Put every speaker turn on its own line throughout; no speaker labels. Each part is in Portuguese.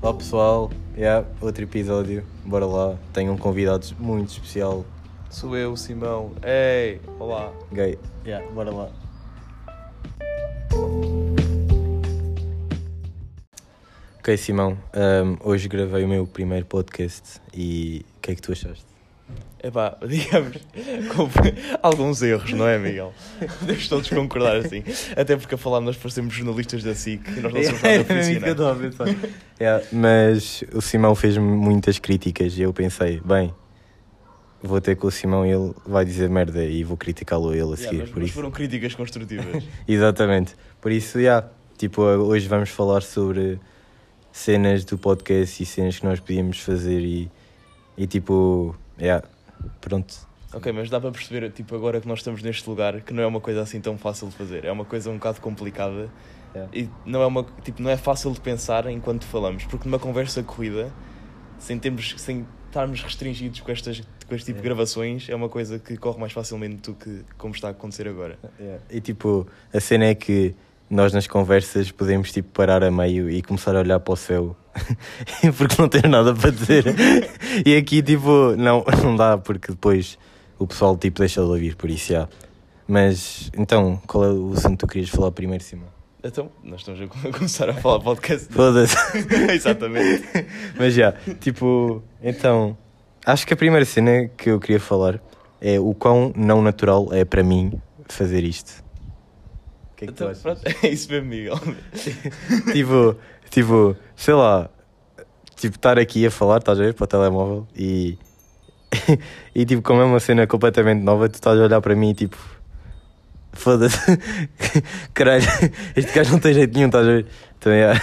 Olá pessoal, yeah, outro episódio, bora lá. Tenho um convidado muito especial,
Sou eu, Simão. Ei, olá.
gay. Yeah, bora lá. Ok, Simão, ahm, hoje gravei o meu primeiro podcast e o que é que tu achaste?
Epá, digamos, com alguns erros, não é, Miguel? Podemos todos concordar assim. Até porque a falar nós parecemos jornalistas da SIC e nós não
É
somos nada profissionais.
a pensar. Yeah, mas o Simão fez-me muitas críticas e eu pensei, bem, vou ter com o Simão e ele vai dizer merda e vou criticá-lo a ele a seguir.
Yeah, mas,
por
mas
isso.
foram críticas construtivas.
Exatamente. Por isso, yeah, tipo, hoje vamos falar sobre cenas do podcast e cenas que nós podíamos fazer e, e tipo, yeah, pronto.
ok, mas dá para perceber, tipo, agora que nós estamos neste lugar, que não é uma coisa assim tão fácil de fazer. É uma coisa um bocado complicada
Yeah.
e não é, uma, tipo, não é fácil de pensar enquanto falamos, porque numa conversa corrida, sem, termos, sem estarmos restringidos com, estas, com este tipo de
É.
gravações, é uma coisa que corre mais facilmente do que como está a acontecer agora.
É. E tipo, a cena é que nós nas conversas podemos tipo parar a meio e começar a olhar para o céu porque não tenho nada para dizer. e aqui tipo, não, não dá porque depois o pessoal tipo deixa de ouvir, por isso, yeah. Mas então, qual é o assunto que tu querias falar primeiro, Simão?
Então, nós estamos a co- começar a falar podcast.
Foda-se.
Exatamente.
é Mas já, tipo, então, acho que a primeira cena que eu queria falar é o quão não natural é para mim fazer isto. O que é que tu
Então,
achas?
pronto, é isso mesmo, Miguel.
tipo, tipo, sei lá, tipo, estar aqui a falar, estás a ver, para o telemóvel e. e tipo, como é uma cena completamente nova, tu estás a olhar para mim e tipo. Foda-se, caralho, este gajo não tem jeito nenhum, estás a ver? Então, yeah.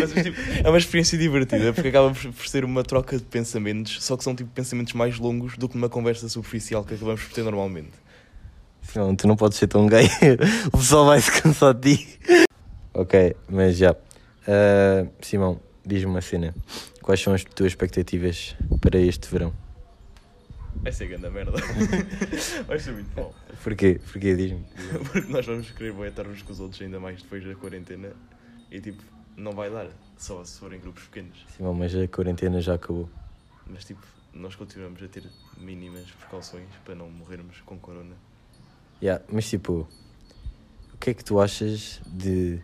Mas, tipo, é uma experiência divertida porque acaba por por ser uma troca de pensamentos, só que são tipo pensamentos mais longos do que numa conversa superficial que acabamos por ter normalmente.
Não, tu não podes ser tão gay. o pessoal vai se cansar de ti. Ok, mas já. Ah, Simão, diz-me uma cena. Quais são as tuas expectativas para este verão?
Essa é a grande merda. Vai ser muito bom.
Porquê? Porquê? Diz-me.
Porque nós vamos querer bué estarmos com os outros ainda mais depois da quarentena e tipo, não vai dar, só se forem grupos pequenos.
Simão, mas a quarentena já acabou.
Mas tipo, nós continuamos a ter mínimas precauções para não morrermos com corona.
Yeah, mas tipo, o que é que tu achas de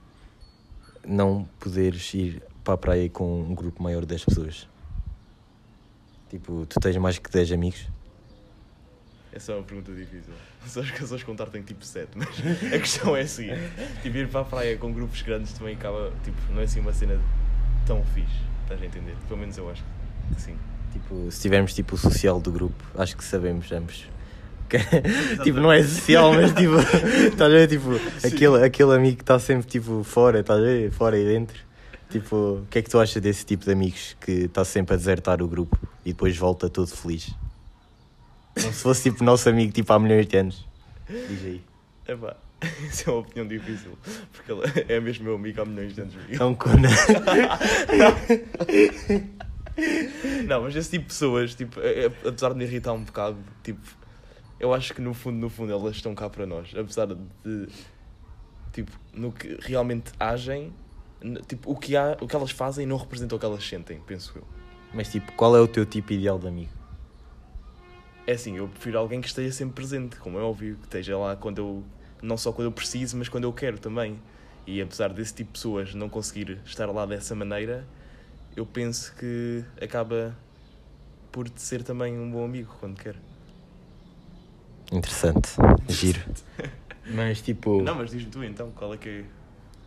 não poderes ir para a praia com um grupo maior de 10 pessoas? Tipo, tu tens mais que 10 amigos?
Essa é uma pergunta difícil. Só as pessoas contar têm tipo 7, mas a questão é assim: tipo, ir para a praia com grupos grandes também acaba, tipo, não é assim uma cena tão fixe, estás a entender? Pelo menos eu acho que sim.
Tipo, se tivermos tipo o social do grupo, acho que sabemos ambos. Que- tipo, não é social, mas tipo, estás a ver? Tipo,
Sim.
aquele, aquele amigo que está sempre tipo fora, estás a ver? Fora e dentro. Tipo, o que é que tu achas desse tipo de amigos que está sempre a desertar o grupo e depois volta todo feliz? Como se fosse tipo nosso amigo tipo há milhões de anos. Diz aí.
Epá, isso é uma opinião difícil, porque ele é mesmo meu amigo há milhões de anos. Miguel.
Então, Cona.
Não, mas esse tipo de pessoas, tipo, é- é- apesar de me irritar um bocado, tipo, eu acho que no fundo, no fundo, elas estão cá para nós. Apesar de, tipo, no que realmente agem, n- tipo, o que, há, o que elas fazem não representa o que elas sentem, penso eu.
Mas tipo, qual é o teu tipo ideal de amigo?
É assim, eu prefiro alguém que esteja sempre presente, como é óbvio, que esteja lá quando eu, não só quando eu preciso, mas quando eu quero também. E apesar desse tipo de pessoas não conseguir estar lá dessa maneira, eu penso que acaba por ser também um bom amigo quando quer.
Interessante. Giro. Mas tipo,
Não, mas diz-me tu então, qual é que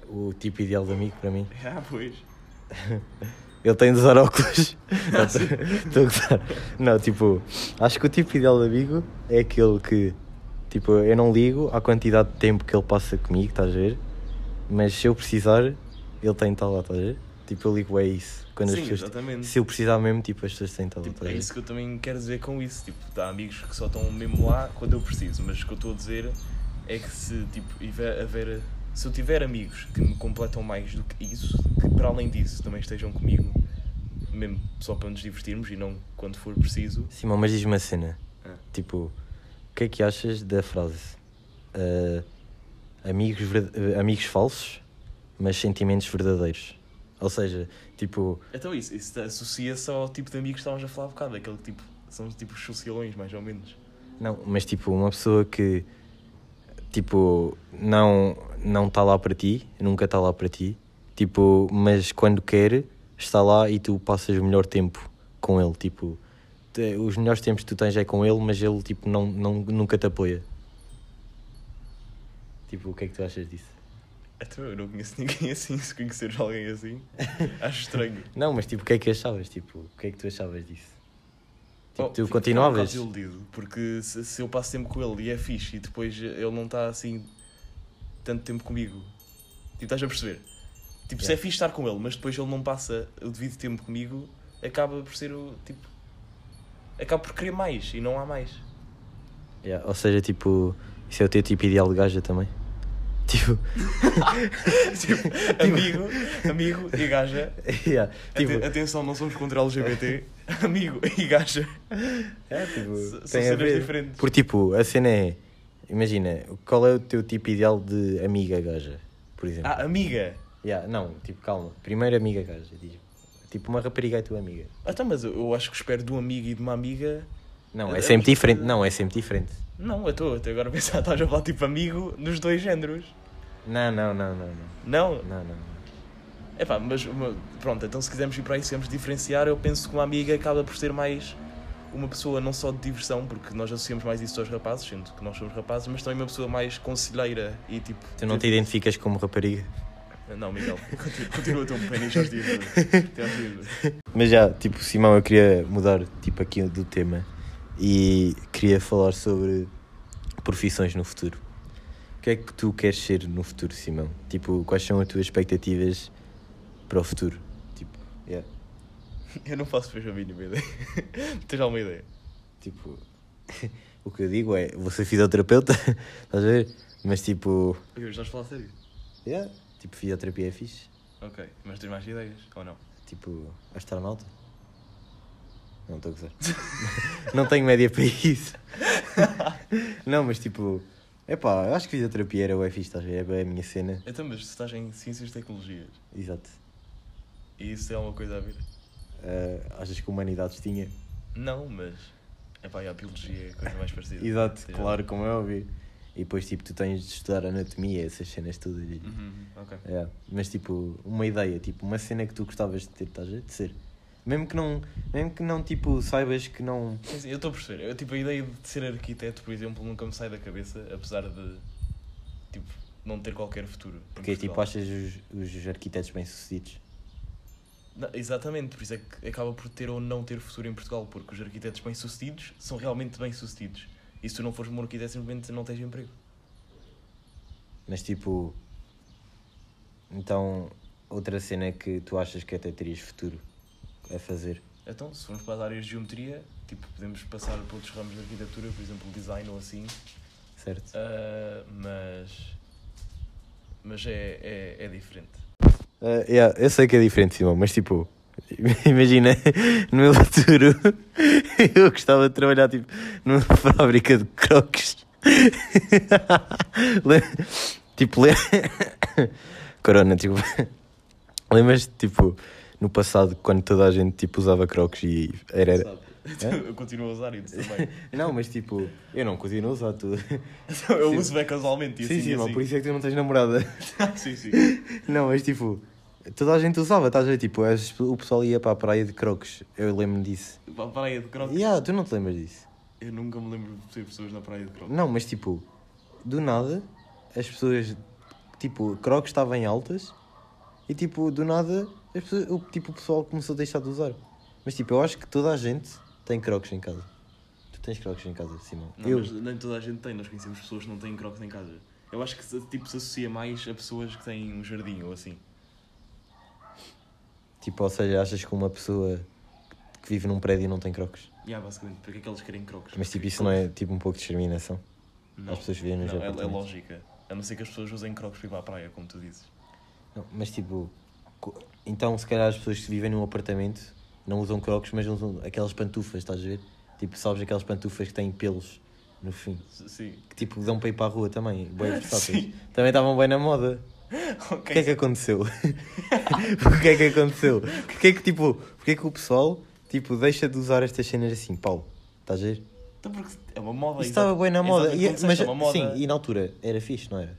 o tipo ideal de amigo para mim.
é? Ah, pois.
Ele tem de usar óculos.
Ah,
Estou a gozar. Não, tipo, acho que o tipo ideal de amigo é aquele que, tipo, eu não ligo à quantidade de tempo que ele passa comigo, estás a ver? Mas se eu precisar, ele tem de estar lá, estás a ver? Tipo, eu ligo é isso. Quando
Sim,
as pessoas,
exatamente.
Se eu precisar mesmo, tipo, as pessoas têm de estar lá,
Tipo,
estás a
é
ver?
isso que eu também quero dizer com isso. Tipo, há amigos que só estão mesmo lá quando eu preciso, mas o que eu estou a dizer é que se, tipo, tiver, haver, se eu tiver amigos que me completam mais do que isso, que para além disso também estejam comigo, mesmo só para nos divertirmos e não quando for preciso.
Simão, mas diz-me uma cena.
Ah.
Tipo, o que é que achas da frase? Ah, amigos, verd- eh, amigos falsos, mas sentimentos verdadeiros. Ou seja, tipo,
Então isso, isso associa-se ao tipo de amigo que estávamos a falar há bocado, aquele que, tipo, são os tipos socialões, mais ou menos.
não, mas tipo, uma pessoa que tipo não não está lá para ti, nunca está lá para ti, tipo, mas quando quer, está lá e tu passas o melhor tempo com ele, tipo, te- os melhores tempos que tu tens é com ele, mas ele tipo não, não nunca te apoia. Tipo, o que é que tu achas disso?
Então eu não conheço ninguém assim, se conheceres alguém assim, acho estranho.
Não, mas tipo, o que é que achavas? Tipo, o que é que tu achavas disso? Tipo,
Oh,
tu
fico
continuavas?
Um bocado desiludido, porque se, se eu passo tempo com ele e é fixe e depois ele não está assim tanto tempo comigo, tipo, estás a perceber? Tipo, se é
Yeah.
fixe estar com ele, mas depois ele não passa o devido tempo comigo, acaba por ser o tipo. Acaba por querer mais e não há mais. Tipo,
Yeah, ou seja, tipo, isso é o teu tipo ideal de gaja também. Tipo,
tipo, amigo, amigo e gaja.
yeah, tipo,
Aten- atenção, não somos contra LGBT. amigo e gaja.
é, tipo,
são
tem a
cenas
ver.
diferentes.
Porque, tipo, a cena é, imagina, qual é o teu tipo ideal de amiga gaja, por exemplo?
Ah, amiga.
Yeah, não, tipo, calma, primeiro amiga gaja, diz tipo, uma rapariga é tua amiga.
Ah, tá, mas eu- eu acho que espero de um amigo e de uma amiga.
Não, é
É-
sempre
é-
diferente, não, é sempre diferente.
Não, eu estou até agora a pensar, estás a falar tipo amigo nos dois géneros.
Não, não, não, não, não,
Não?
não, não. não.
É pá, mas uma- pronto, então se quisermos ir para aí, se quisermos diferenciar, eu penso que uma amiga acaba por ser mais uma pessoa não só de diversão, porque nós associamos mais isso aos rapazes, sendo que nós somos rapazes, mas também uma pessoa mais conselheira e tipo.
Tu não te identificas como rapariga?
Não, Miguel, continua, continua um o teu pênis aos dias. de hoje. Até aos dias de hoje.
Mas já, tipo, Simão, eu queria mudar tipo aqui do tema e queria falar sobre profissões no futuro. O que é que tu queres ser no futuro, Simão? Tipo, quais são as tuas expectativas para o futuro? Tipo, yeah,
Eu não faço feijão mínimo ideia. Tens alguma ideia?
tipo, o que eu digo é, vou ser fisioterapeuta, estás a ver? Mas tipo,
Ok, mas estás a falar sério?
yeah, tipo, fisioterapia é fixe,
Ok, mas tens mais ideias? Ou não?
tipo, astronauta. Não estou a gozar. não tenho média para isso. Não, mas tipo, é pá, eu acho que fisioterapia era o fixe, estás a ver? É bem a minha cena.
Então, mas tu estás em Ciências e Tecnologias
Exato.
e isso tem alguma coisa a ver?
Ah, achas que humanidades tinha?
Não, mas. Epá, e a biologia é a coisa mais parecida.
Exato,
Seja-
claro, como é óbvio. E depois, tipo, tu tens de estudar anatomia, essas cenas todas.
Uhum, ok.
É, mas tipo, uma ideia, tipo, uma cena que tu gostavas de ter, estás a ver? De ser. Mesmo que não, mesmo que não, tipo, saibas que não.
Sim, sim, eu estou a perceber. Eu, tipo, a ideia de ser arquiteto, por exemplo, nunca me sai da cabeça, apesar de. Tipo, não ter qualquer futuro. em
Porque, tipo,
Portugal.
achas os, os arquitetos bem-sucedidos.
Não, exatamente, por isso é que acaba por ter ou não ter futuro em Portugal, porque os arquitetos bem-sucedidos são realmente bem-sucedidos. E se tu não fores um arquiteto, simplesmente não tens emprego.
Mas, tipo. Então, outra cena que tu achas que até terias futuro a fazer.
Então, se formos para as áreas de geometria, tipo, podemos passar para outros ramos de arquitetura, por exemplo, design ou assim,
Certo?
ah, mas. Mas é, é, é diferente.
Ah, yeah, eu sei que é diferente, Simão, mas tipo, imagina, no meu futuro, eu gostava de trabalhar tipo, numa fábrica de croques. Le- tipo, le... Corona, desculpa. Lembras-te, tipo, no passado, quando toda a gente tipo, usava croques e era.
Sabe? Então,
É?
Eu continuo a usar isso também.
Não, mas tipo, eu não continuo a usar tudo.
Então, eu
Sim.
uso bem casualmente e
sim,
assim.
sim,
e
irmão,
assim.
por isso é que tu não tens namorada.
sim, sim.
Não, mas tipo, toda a gente usava, estás a ver? Tipo, as- o pessoal ia para a praia de croques. Eu lembro-me disso.
Pá, Praia de crocs.
Yeah, tu não te lembras disso?
Eu nunca me lembro de ter pessoas na praia de crocs.
Não, mas tipo, do nada, as pessoas. Tipo, croques estavam em altas e tipo, do nada, as pessoas- o, tipo, o pessoal começou a deixar de usar. Mas tipo, eu acho que toda a gente tem croques em casa. Tu tens croques em casa, Simão?
Não,
eu.
mas nem toda a gente tem, nós conhecemos pessoas que não têm crocs em casa. Eu acho que se- tipo, se associa mais a pessoas que têm um jardim ou assim.
Tipo, ou seja, achas que uma pessoa que vive num prédio não tem croques?
E yeah, basicamente, para que é que eles querem crocs?
Mas tipo, isso não é tipo um pouco de discriminação?
Não,
As pessoas vivem nos
não é, é
apartamentos.
lógica. A não ser que as pessoas usem crocs para ir para a praia, como tu dizes.
Não, mas tipo, co- então se calhar as pessoas que vivem num apartamento não usam crocs, mas usam aquelas pantufas, estás a ver? Tipo, sabes aquelas pantufas que têm pelos no fim,
S- Sim.
que tipo dão para ir para a rua também, bem versáteis.
Sim.
Também estavam bem na moda. O que é que aconteceu? o que é que aconteceu? Porquê é que, tipo, porquê é que o pessoal, tipo, deixa de usar estas cenas assim? Pau, estás a ver?
Então porque é uma moda.
Isso estava
exato.
bem na moda.
Exato,
E-
como disseste,
mas,
é uma moda.
Sim, e na altura era fixe, não era?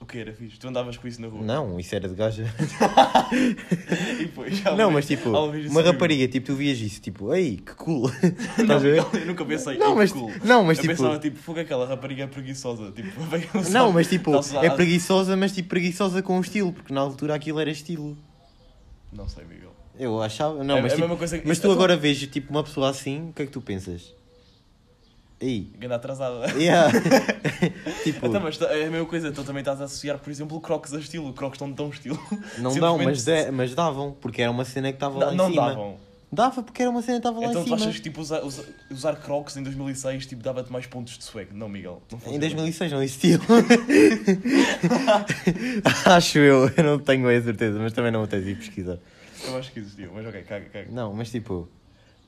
O que era fixe? Tu andavas com isso na rua.
Não, isso era de gaja.
E depois, alguém-
Não, mas tipo,
alguém viu
uma
isso
rapariga, tipo, tu vias isso, tipo, ei, que cool.
comigo.
Estás a ver?
Não, eu nunca pensei.
Não,
"Ei,
mas-
que cool."
não, mas
eu
tipo-
pensava tipo, fogo aquela rapariga preguiçosa. Tipo, veio Tá
Não,
só-
mas tipo,
tá-se a-
é preguiçosa, mas tipo, preguiçosa com estilo, porque na altura aquilo era estilo.
Não sei, Miguel.
Eu achava, não,
É-
mas,
é a
tipo,
mesma coisa que-
mas tu
então-
agora vês tipo uma pessoa assim, o que é que tu pensas? Ei,
Ganda atrasada.
yeah. tipo,
Então, mas tá- é a mesma coisa, tu também estás a associar, por exemplo, crocs a estilo. Crocs estão tão estilo.
não
Simplesmente-
dão, mas, de- mas davam, porque era uma cena que estava lá
Não,
em
não
cima.
davam.
Dava porque era uma cena que estava lá
Então
em
tu
cima.
achas que tipo, usar, usar, usar crocs em 2006 tipo, dava-te mais pontos de swag? Não, Miguel. Não faz
Em
sentido.
2006 não existiu. Acho eu, eu não tenho a certeza, mas também não vou ter de ir pesquisar.
Eu acho que existiu, mas ok, caga, caga.
Não, mas tipo,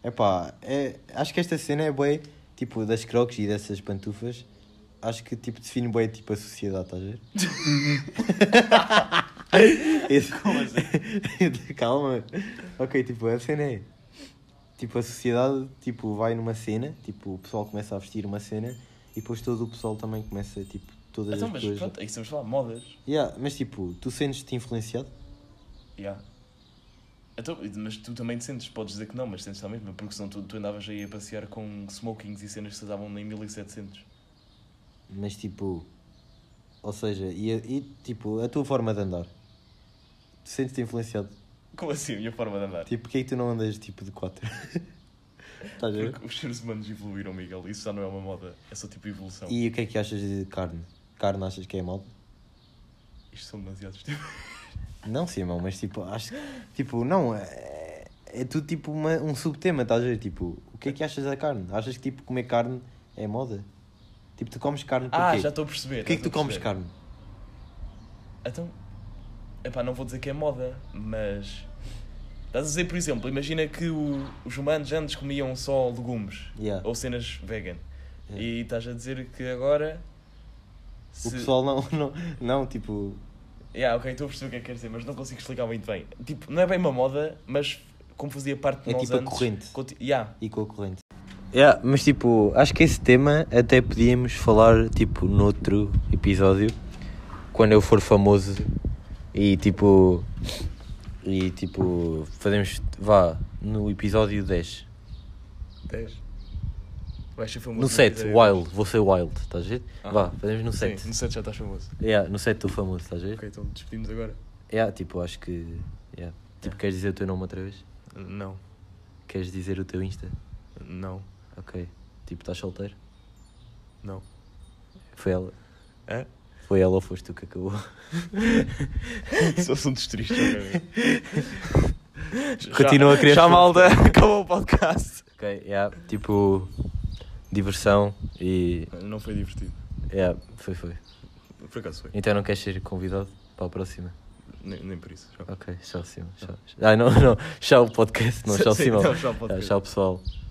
epá, é, acho que esta cena é bué, tipo, das crocs e dessas pantufas, acho que tipo, define bué, tipo, a sociedade, estás a ver? Esse-
Como assim?
Calma. Ok, tipo, a cena é, tipo, a sociedade, tipo, vai numa cena, tipo, o pessoal começa a vestir uma cena e depois todo o pessoal também começa, tipo, todas
Então,
as
mas
pessoas...
pronto, aí estamos a falar de modas.
Yeah, mas tipo, tu sentes-te influenciado?
Yeah. Então, mas tu também te sentes, podes dizer que não, mas sentes também, porque senão tu, tu andavas aí a passear com smokings e cenas que se davam em 1700.
Mas tipo, ou seja, e, a- e, tipo, a tua forma de andar, tu sentes-te influenciado?
Como assim, a minha forma de andar?
Tipo, porque é que tu não andas tipo de 4? Estás a ver?
Porque os seres humanos evoluíram, Miguel, isso já não é uma moda, é só tipo evolução.
E o que é que achas de carne? Carne achas que é mal?
Isto são demasiados temas.
Não, Simão, mas tipo, acho tipo, não, é, é tudo tipo uma- um subtema, estás a ver? Tipo, o que é que achas da carne? Achas que tipo comer carne é moda? Tipo, tu comes carne porquê?
Ah, já estou a perceber.
Porquê é que
já
tu
estou a
comes
perceber.
carne?
Então, epá, não vou dizer que é moda, mas. Estás a dizer, por exemplo, imagina que o- os humanos antes comiam só legumes
Yeah.
ou cenas vegan.
Yeah.
E estás a dizer que agora.
O
se-
pessoal não, não, não, tipo,
Yeah, ok, estou a perceber o que é que quer dizer, mas não consigo explicar muito bem. Tipo, não é bem uma moda, mas como fazia parte de
É
nós
tipo a
antes,
corrente.
conti- yeah,
e com a corrente. Yeah, mas tipo, acho que esse tema até podíamos falar tipo noutro episódio, quando eu for famoso e tipo e tipo fazemos vá no episódio 10.
10. Vais ser é famoso.
No 7,
episódio.
wild, vou ser wild, estás a ver?
Ah.
Vá, fazemos no
Sim,
7.
no 7 já estás famoso.
Yeah, no 7 estou famoso, estás a ver?
Ok, então despedimos agora?
Yeah, tipo, acho que yeah. Tipo, queres dizer o teu nome outra vez?
Não,
Queres dizer o teu Insta?
não,
OK. Tipo, estás solteiro?
não.
Foi ela.
É?
Foi ela ou foste tu que acabou?
São assuntos tristes para mim.
Continua a querer-
Já, malda, acabou o podcast.
Ok, yeah, tipo, diversão e.
Não foi divertido.
Yeah, foi, foi.
Por acaso foi.
Então não queres ser convidado para a próxima?
Nem, nem por isso. Já.
Ok, tchau, Simão. Tchau. Ah, não, não. Tchau, podcast. Não, tchau,
Sim,
Simão.
não, tchau,
Ah,
podcast.
Tchau, pessoal.